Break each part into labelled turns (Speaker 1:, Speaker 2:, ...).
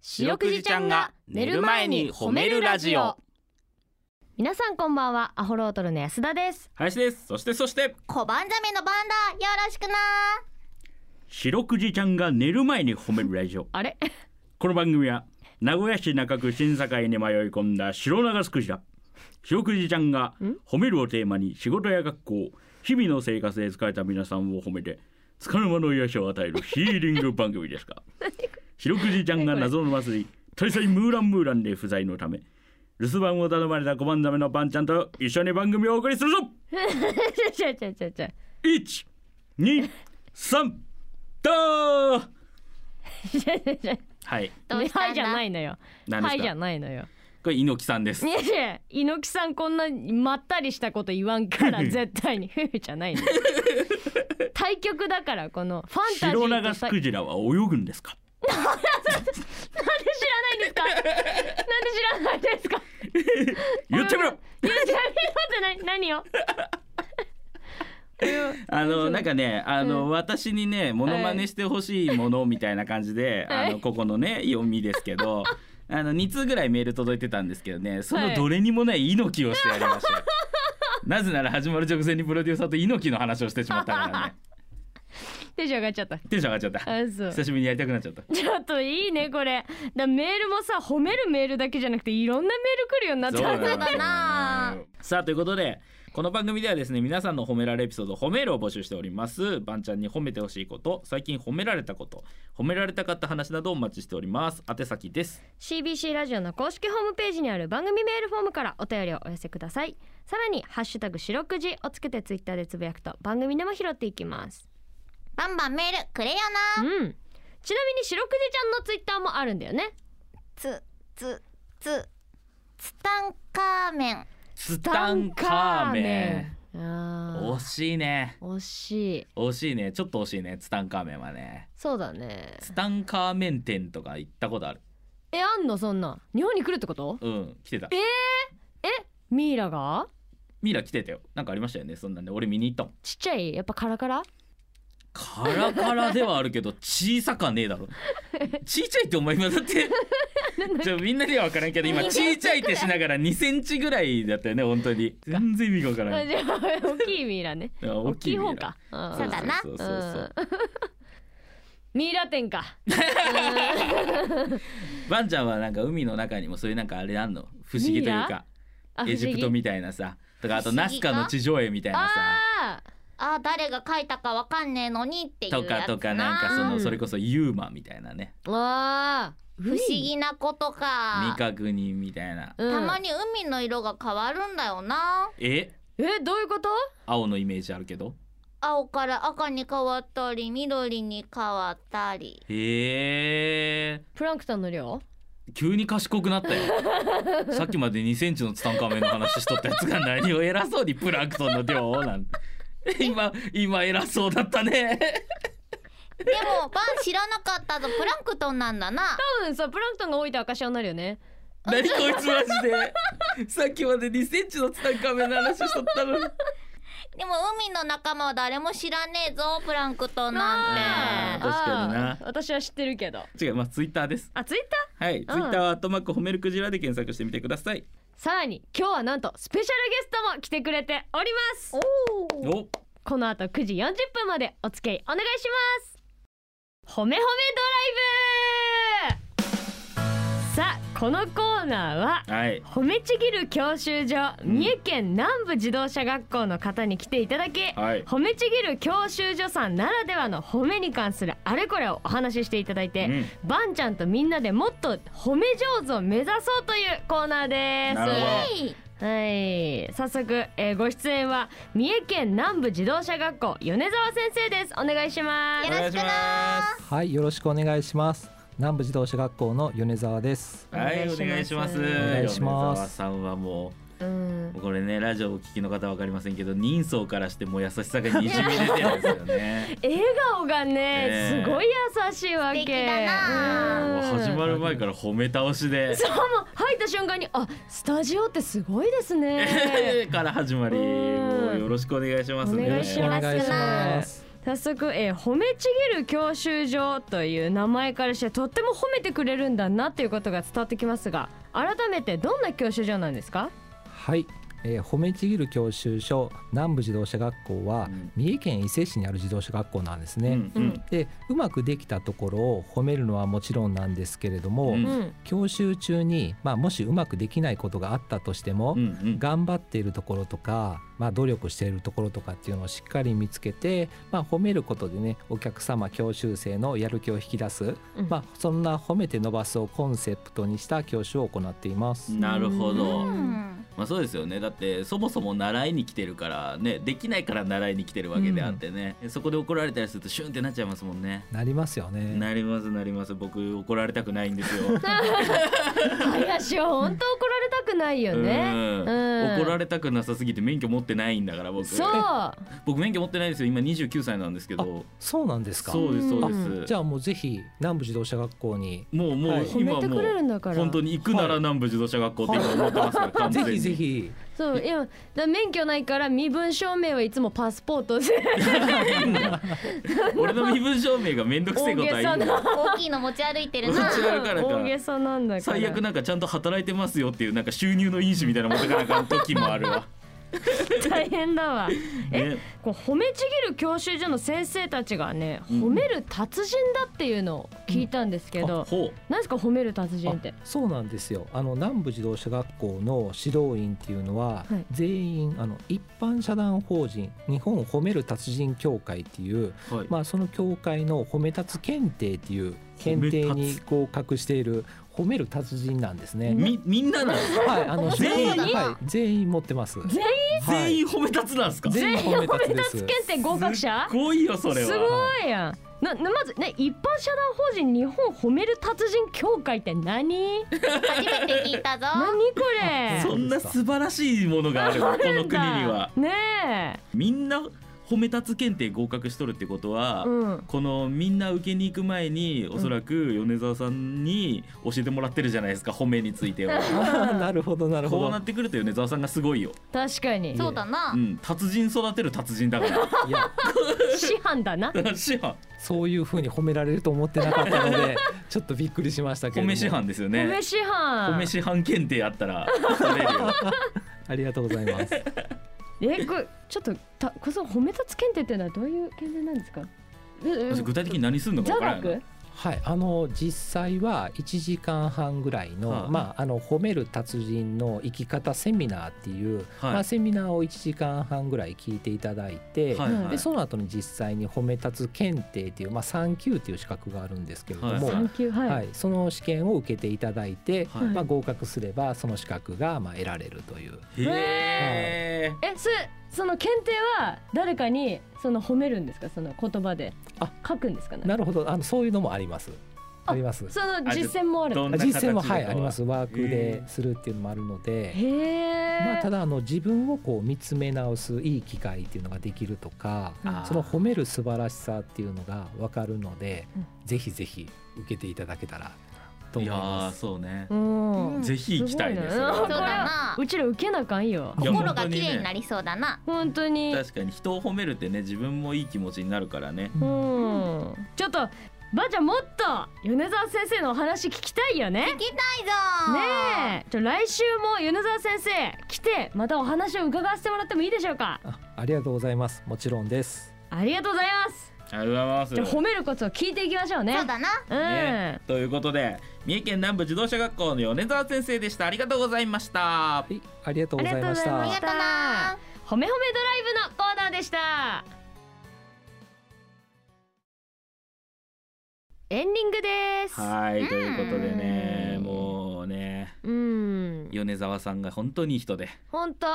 Speaker 1: 白くじちゃんが寝る前に褒めるラジオ
Speaker 2: 皆さんこんばんはアホロートルの安田です
Speaker 1: 林ですそしてそして
Speaker 3: 小判ザメの番だよろしくな
Speaker 1: 白くじちゃんが寝る前に褒めるラジオ
Speaker 2: あれ
Speaker 1: この番組は名古屋市中区新境に迷い込んだ白長スクジラ白くじちゃんが褒めるをテーマに仕事や学校日々の生活で疲れた皆さんを褒めてつかの間の癒しを与えるヒーリング番組ですが白くじちゃんが謎の祭り大祭ムーランムーランで不在のため留守番を頼まれた小判ザメのパンちゃんと一緒に番組をお送りするぞ
Speaker 2: ちょちょちょちょ
Speaker 1: 一、二、三、だ ー。はい、
Speaker 3: どうしたんだ
Speaker 2: はいじゃないのよ
Speaker 1: 何ですか
Speaker 2: はいじゃないのよ
Speaker 1: これ猪木さんです
Speaker 2: い。やいや猪木さんこんなまったりしたこと言わんから 絶対にふふじゃないのよ対局だからこのファンタジー
Speaker 1: 白長
Speaker 2: と
Speaker 1: ス
Speaker 2: さ
Speaker 1: クジラは泳ぐんですか。
Speaker 2: なんで知らないんですかなんで知らな いですか
Speaker 1: 言ってみろ。
Speaker 2: 言ってみろって何何を
Speaker 1: あのなんかね、あの、私にね、モノマネしてほしいものみたいな感じで、
Speaker 2: はい
Speaker 1: あのここのね読みですけ ど。あの2通ぐらいメール届いてたんですけどねそ
Speaker 2: は
Speaker 1: の
Speaker 2: い
Speaker 1: どれにもない猪木をしてやりましたよ、なぜなら始まる直前にプロデューサーと猪木の話をしてしまったから ね
Speaker 2: テンション上がっちゃった
Speaker 1: テンション上がっちゃっ
Speaker 2: あそう
Speaker 1: た久しぶりにやりたくなっちゃった
Speaker 2: ちょっといいねこれだメールもさ褒めるメールだけじゃなくていろんなメール来るようになっ
Speaker 1: そう
Speaker 2: た
Speaker 1: なんですよ
Speaker 3: だな
Speaker 1: さあということでこの番組ではですね皆さんの褒められエピソード褒めるを募集しておりますばんちゃんに褒めてほしいこと最近褒められたこと褒められたかった話などをお待ちしております宛先です
Speaker 2: CBC ラジオの公式ホームページにある番組メールフォームからお便りをお寄せくださいさらに「ハッシュタグ白くじ」をつけてツイッターでつぶやくと番組でも拾っていきます
Speaker 3: バンバンメールくれよ
Speaker 2: う
Speaker 3: なん
Speaker 2: ちなみに白くじちゃんのツイッターもあるんだよね
Speaker 3: つつつツタンカーメン
Speaker 1: ツ
Speaker 2: ツタンカーメンあ
Speaker 1: 惜しいね
Speaker 2: ー惜しい
Speaker 1: 惜しいねちょっと惜しいねツタンカーメンはね
Speaker 2: そうだね
Speaker 1: ツタンカーメン店とか行ったことある
Speaker 2: えあんのそんな日本に来るってこと
Speaker 1: うん来てた
Speaker 2: ミイラが
Speaker 1: ミイラ来てたよなんかありましたよねそんなんで俺見に行ったもん
Speaker 2: ちっちゃいやっぱカラカラ
Speaker 1: カラカラではあるけど小さかねえだろちいちゃいってお前今だってちょみんなには分からんけど今ちいちゃいってしながら2センチぐらいだったよね本当に全然意味が分から
Speaker 2: あ
Speaker 1: ない
Speaker 2: じゃあ大きいミイラね
Speaker 1: 大
Speaker 2: 大きい
Speaker 1: ミイラ
Speaker 2: 方かうん
Speaker 1: そう
Speaker 3: そうだな
Speaker 1: そうそうそう
Speaker 2: ミイラ店か
Speaker 1: ワンちゃんはなんか海の中にもそういうなんかあれあんの不思議という
Speaker 2: ミイ
Speaker 1: か
Speaker 2: あ
Speaker 1: エジプトみたいなさとかあとナスカの地上絵みたいなさ
Speaker 2: あ
Speaker 3: あー誰が書いたかわかんねえのにっていうや
Speaker 1: と
Speaker 3: つ
Speaker 1: か
Speaker 3: な
Speaker 1: とかなんかそ
Speaker 2: うん
Speaker 1: のそれこそユーマみたいなね
Speaker 2: ーあー
Speaker 3: 不思議なことか
Speaker 1: 未確認みたいな
Speaker 2: うん
Speaker 3: たまに海の色が変わるんだよな
Speaker 1: え
Speaker 2: えどういうこと
Speaker 1: 青のイメージあるけど
Speaker 3: 青から赤に変わったり緑に変わったり
Speaker 1: へえ
Speaker 2: プランクトンの量
Speaker 1: 急に賢くな ったよさっきまで2センチのツタンカーメンの話しとったやつが何を偉そうにプランクトンの量をなん て今今偉そうだったね
Speaker 3: でも バン知らなかったぞプランクトンなんだな
Speaker 2: 多分さプランクトンが多いと赤潮になるよね
Speaker 1: 何こいつマジでさっきまで2センチのツタンカーメンの話しとったのに
Speaker 3: でも海の仲間は誰も知らねえぞプランクトンなん
Speaker 1: あー確かにな
Speaker 2: あー私は知ってるけど
Speaker 1: 違うまあツイッターです
Speaker 2: あツイッタ
Speaker 1: はいツイッターはアットマーク褒めるクジラで検索してみてください
Speaker 2: ーさらに今日はなんとスペシャルゲストも来てくれております
Speaker 3: て
Speaker 1: お
Speaker 2: この後9時40分までお付き合いお願いします褒め褒めドライブさあこのコーナーは
Speaker 1: はい
Speaker 2: 褒めちぎる教習所三重県南部自動車学校の方に来ていただき、
Speaker 1: はい
Speaker 2: 褒めちぎる教習所さんならではの褒めに関するあれこれをお話ししていただいて、バンちゃんとみんなでもっと褒め上手を目指そうというコーナーです。
Speaker 1: なるほど
Speaker 3: い
Speaker 2: はい、早速、えーご出演は三重県南部自動車学校米沢先生です。お願いしま
Speaker 3: よ
Speaker 2: す。
Speaker 3: ろしくな
Speaker 4: はい、よろしくお願いします。南部自動車学校の米沢です。
Speaker 1: はいお願いします
Speaker 2: お
Speaker 4: 願いします
Speaker 1: 米沢さんはもう
Speaker 2: うん、
Speaker 1: これねラジオをお聞きの方は分かりませんけど人相からしてもう優しさがにじみ出てるんですよね
Speaker 2: 笑顔がね、
Speaker 1: ねえ
Speaker 2: すごい優しいわけ。
Speaker 3: 素敵だな
Speaker 2: うん
Speaker 1: もう始まる前から褒め倒しで
Speaker 2: そうもう入った瞬間にあスタジオってすごいです ね
Speaker 1: から始まり
Speaker 2: うん
Speaker 1: もうよろしくお願いしますね
Speaker 2: お願いし
Speaker 4: お
Speaker 2: ます
Speaker 4: 願いします。
Speaker 2: た早速、えー褒めちぎる教習所という名前からしてとっても褒めてくれるんだなっていうことが伝わってきますが改めてどんな教習所なんですか
Speaker 4: はい、えー褒めちぎる教習所南部自動車学校は、
Speaker 5: うん
Speaker 4: 三重県伊勢市にある自動車学校なんですね、
Speaker 5: うんうん
Speaker 4: でうまくできたところを褒めるのはもちろんなんですけれども、
Speaker 5: うん
Speaker 2: うん
Speaker 4: 教習中に、まあ、もしうまくできないことがあったとしても、
Speaker 5: うんうん
Speaker 4: 頑張っているところとか、まあ、努力しているところとかっていうのをしっかり見つけて、まあ、褒めることでねお客様教習生のやる気を引き出す、
Speaker 2: うん
Speaker 4: まあ、そんな褒めて伸ばすをコンセプトにした教習を行っています。
Speaker 1: なるほど、
Speaker 2: うん
Speaker 1: まあ、そうですよねだってそもそも習いに来てるからねできないから習いに来てるわけであってね、そこで怒られたりするとシュンってなっちゃいますもんね。
Speaker 4: なりますよね。
Speaker 1: なりますなります僕怒られたくないんですよ。
Speaker 2: 林は本当怒られたくないよね
Speaker 1: うん
Speaker 2: うん
Speaker 1: 怒られたくなさすぎて免許持ってないんだから僕
Speaker 2: そう
Speaker 1: 僕免許持ってないですよ今29歳なんですけど
Speaker 4: そうなんですか。
Speaker 1: そうですそうです
Speaker 4: じゃあもうぜひ南部自動車学校に
Speaker 1: もうもう、
Speaker 4: はい
Speaker 2: 褒
Speaker 1: 今
Speaker 2: め
Speaker 1: は
Speaker 2: て
Speaker 1: も
Speaker 2: くれる
Speaker 1: うん
Speaker 2: だから
Speaker 1: 本当に行くなら南部自動車学校って今思ってますから完
Speaker 4: ぜ
Speaker 1: 全に
Speaker 4: ひぜひ
Speaker 2: そういやだから免許ないから身分証明はいつもパスポートで
Speaker 1: 俺の身分証明がめんどくせえ
Speaker 2: 大
Speaker 1: ことは
Speaker 2: げ
Speaker 1: いい
Speaker 2: さ
Speaker 1: んだよ
Speaker 2: な
Speaker 3: 大きいの持ち歩いてる
Speaker 1: こ
Speaker 3: な
Speaker 1: っちらからか
Speaker 2: 大げさなんだから
Speaker 1: 最悪なんかちゃんと働いてますよっていうなんか収入の因子みたいなものがなんかん時もあるわ、
Speaker 2: 大変だわ
Speaker 1: ね、
Speaker 2: こう褒めちぎる教習所の先生たちがね
Speaker 1: うん
Speaker 2: 褒める達人だっていうのを聞いたんですけど、
Speaker 1: ほ
Speaker 2: 何ですか褒める達人って
Speaker 4: あそうなんですよあの南部自動車学校の指導員っていうのは、
Speaker 2: はい
Speaker 4: 全員あの一般社団法人日本褒める達人協会っていう、
Speaker 1: うはい、
Speaker 4: まあ、その協会の褒め立つ検定っていう検定
Speaker 1: 褒め
Speaker 4: に
Speaker 1: 立
Speaker 4: 合格している褒める達人なんですね。
Speaker 1: みみんななんですか
Speaker 4: はい、あの
Speaker 1: 全員
Speaker 4: はい、全員持ってます。
Speaker 2: 全
Speaker 4: はい
Speaker 1: 全員褒め立つなんですか
Speaker 4: 全員褒め立つです。
Speaker 2: 検定合格者
Speaker 1: すごいよそれは
Speaker 2: すごいやんななまずね一般社団法人日本褒める達人協会って何
Speaker 3: 初めて聞いたぞ
Speaker 2: 何これ
Speaker 1: そんな素晴らしいものがあるわこの国には
Speaker 2: ね
Speaker 1: みんな褒め立つ検定合格しとるってこと
Speaker 2: え
Speaker 1: は、
Speaker 2: うん
Speaker 1: このみんな受けに行く前におそらく米沢さんに教えてもらってるじゃないですか褒めについては
Speaker 4: あ ーなるほど、なるほ
Speaker 1: こう
Speaker 4: ど
Speaker 1: なっ。てくると米沢さんがすごいよ、
Speaker 2: 確かに
Speaker 3: そうだな
Speaker 1: うん、達人育てる達人だか
Speaker 4: いや、
Speaker 2: 師範だな
Speaker 1: ら師範
Speaker 4: そういう風に褒められると思ってなかったの で、ちょっとびっくりしましたけれ
Speaker 1: 褒
Speaker 4: ども。
Speaker 1: め師範ですよ
Speaker 2: 褒
Speaker 1: ね
Speaker 2: め師範
Speaker 1: 褒め師範検定あったら取れる よ
Speaker 4: ありがとうございます。
Speaker 2: えこれちょっとたこそ褒め立つ検定っていうのはどういう検定なんですか
Speaker 1: 私具体的に何するのか
Speaker 2: 座
Speaker 1: 分からない
Speaker 2: 学
Speaker 1: な
Speaker 4: はい、あの実際は1時間半ぐらいの,、
Speaker 1: はい
Speaker 4: まあ、あの褒める達人の生き方セミナーっていう、
Speaker 1: はい
Speaker 4: まあ、セミナーを1時間半ぐらい聞いていただいて、
Speaker 1: はいはい
Speaker 4: でその後に実際に褒め立つ検定っていう、まあ、3級っていう資格があるんですけれども、
Speaker 1: はい
Speaker 4: は
Speaker 2: 三級はいい、
Speaker 4: その試験を受けていただいて、
Speaker 1: はい
Speaker 4: まあ、合格すればその資格がまあ得られるという。
Speaker 1: へ
Speaker 2: えすその検定は誰かにその褒めるんですかその言葉で
Speaker 4: あ
Speaker 2: 書くんですかね
Speaker 4: なるほどあのそういうのもあります。
Speaker 2: あ
Speaker 4: あります。
Speaker 2: その実践もあ
Speaker 1: え
Speaker 2: る
Speaker 1: どんな形だか
Speaker 4: 実践も、はい、ありますワーク
Speaker 1: へえ
Speaker 4: でするっていうのもあるので。
Speaker 2: へえ、
Speaker 4: まあ、ただあの自分をこう見つめ直すいい機会っていうのができるとか
Speaker 1: あー
Speaker 4: その褒める素晴らしさっていうのが分かるので、
Speaker 2: うん
Speaker 4: ぜひぜひ受けていただけたらと
Speaker 1: い
Speaker 4: 思い
Speaker 1: や
Speaker 4: ま
Speaker 1: ー
Speaker 4: す。
Speaker 1: そうね
Speaker 2: う、ん、
Speaker 3: うん
Speaker 1: ぜひ行きたいです
Speaker 2: すごい
Speaker 1: そ
Speaker 2: な
Speaker 1: れは
Speaker 3: そうだな
Speaker 2: うちら受けなあかんよ
Speaker 1: いや
Speaker 3: 心が綺麗になりそうだな
Speaker 2: 本当に
Speaker 1: 確かに人を褒めるってね自分もいい気持ちになるからね
Speaker 2: うんちょっとばあちゃんもっと米沢先生のお話聞きたいよ
Speaker 3: 行
Speaker 2: ね
Speaker 3: きたいぞ
Speaker 2: ねえちょ来週も米沢先生来てまたお話を伺わせてもらってもいいでしょうか
Speaker 4: あありがとうございますもちろんです。
Speaker 2: ありがとうございます
Speaker 1: ありがとうご
Speaker 2: じ
Speaker 1: ざ
Speaker 2: ゃ
Speaker 1: い
Speaker 2: あ
Speaker 1: ます
Speaker 2: 褒めるコツを聞いていきましょうね
Speaker 3: そうだな
Speaker 2: うん、
Speaker 1: ね、ということで三重県南部自動車学校の米澤先生でしたありがとうございました
Speaker 4: はい、ありがとうございま
Speaker 2: あ
Speaker 4: し
Speaker 2: り
Speaker 4: た
Speaker 3: あ。りがと
Speaker 2: がとうございました
Speaker 3: な
Speaker 2: 褒め褒めドライブのコーナーでしたエンディングです
Speaker 1: はいということでね
Speaker 2: うん
Speaker 1: もうね
Speaker 2: うん
Speaker 1: 米沢さんが本当にいい人で
Speaker 2: 本当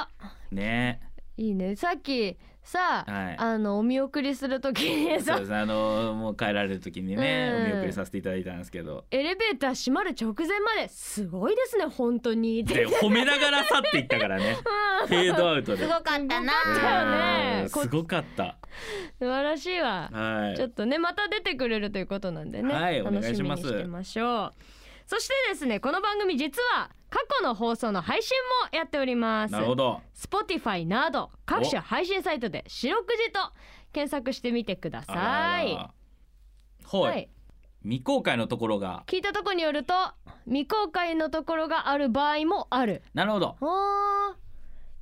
Speaker 1: ね
Speaker 2: いいねさっきさ、
Speaker 1: はい
Speaker 2: あのお見送りするときに
Speaker 1: そう
Speaker 2: さ
Speaker 1: ですねあのもう帰られる時にね
Speaker 2: うん
Speaker 1: お見送りさせていただいたんですけど
Speaker 2: エレベーター閉まる直前まですごいですね本当にって
Speaker 1: で褒めながら去っていったからねフェードアウトです
Speaker 3: ごかったな
Speaker 2: よね
Speaker 1: うんすごかった
Speaker 2: 素晴らしいわ、
Speaker 1: はい
Speaker 2: ちょっとねまた出てくれるということなんでね、
Speaker 1: はいお願い
Speaker 2: 楽しみに
Speaker 1: します
Speaker 2: してましょうそしてですねこの番組実は過去の放送の配信もやっております
Speaker 1: なるほど
Speaker 2: Spotify など各種配信サイトで「白くじ」と検索してみてくだ
Speaker 1: あら
Speaker 2: さ
Speaker 1: あ
Speaker 2: い。
Speaker 1: らはい、
Speaker 2: はい、
Speaker 1: 未公開のところが
Speaker 2: 聞いたとこによると未公開のところがある場合もある。
Speaker 1: なるほど
Speaker 2: ほー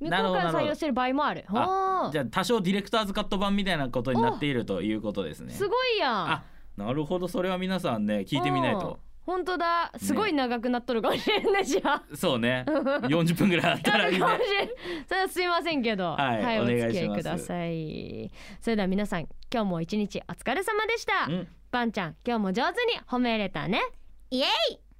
Speaker 2: 未公開を採用してる場合もある。ほ
Speaker 1: なるほ
Speaker 2: ー
Speaker 1: じゃあ多少ディレクターズカット版みたいなことになっているということですね
Speaker 2: すごいやん。
Speaker 1: あなるほどそれは皆さんね聞いてみないと
Speaker 2: うん。本当だ。すごい長くなっとるかもしれんねじゃあ。
Speaker 1: そう ね40分ぐらいあったらいいね
Speaker 2: かもしれんそれはすいませんけど、
Speaker 1: はい
Speaker 2: お
Speaker 1: お願いします
Speaker 2: 付き合いください。それでは皆さん、今日も一日お疲れ様でした
Speaker 1: う。ん
Speaker 2: ばんちゃん、今日も上手に褒めれたね。
Speaker 6: イエイ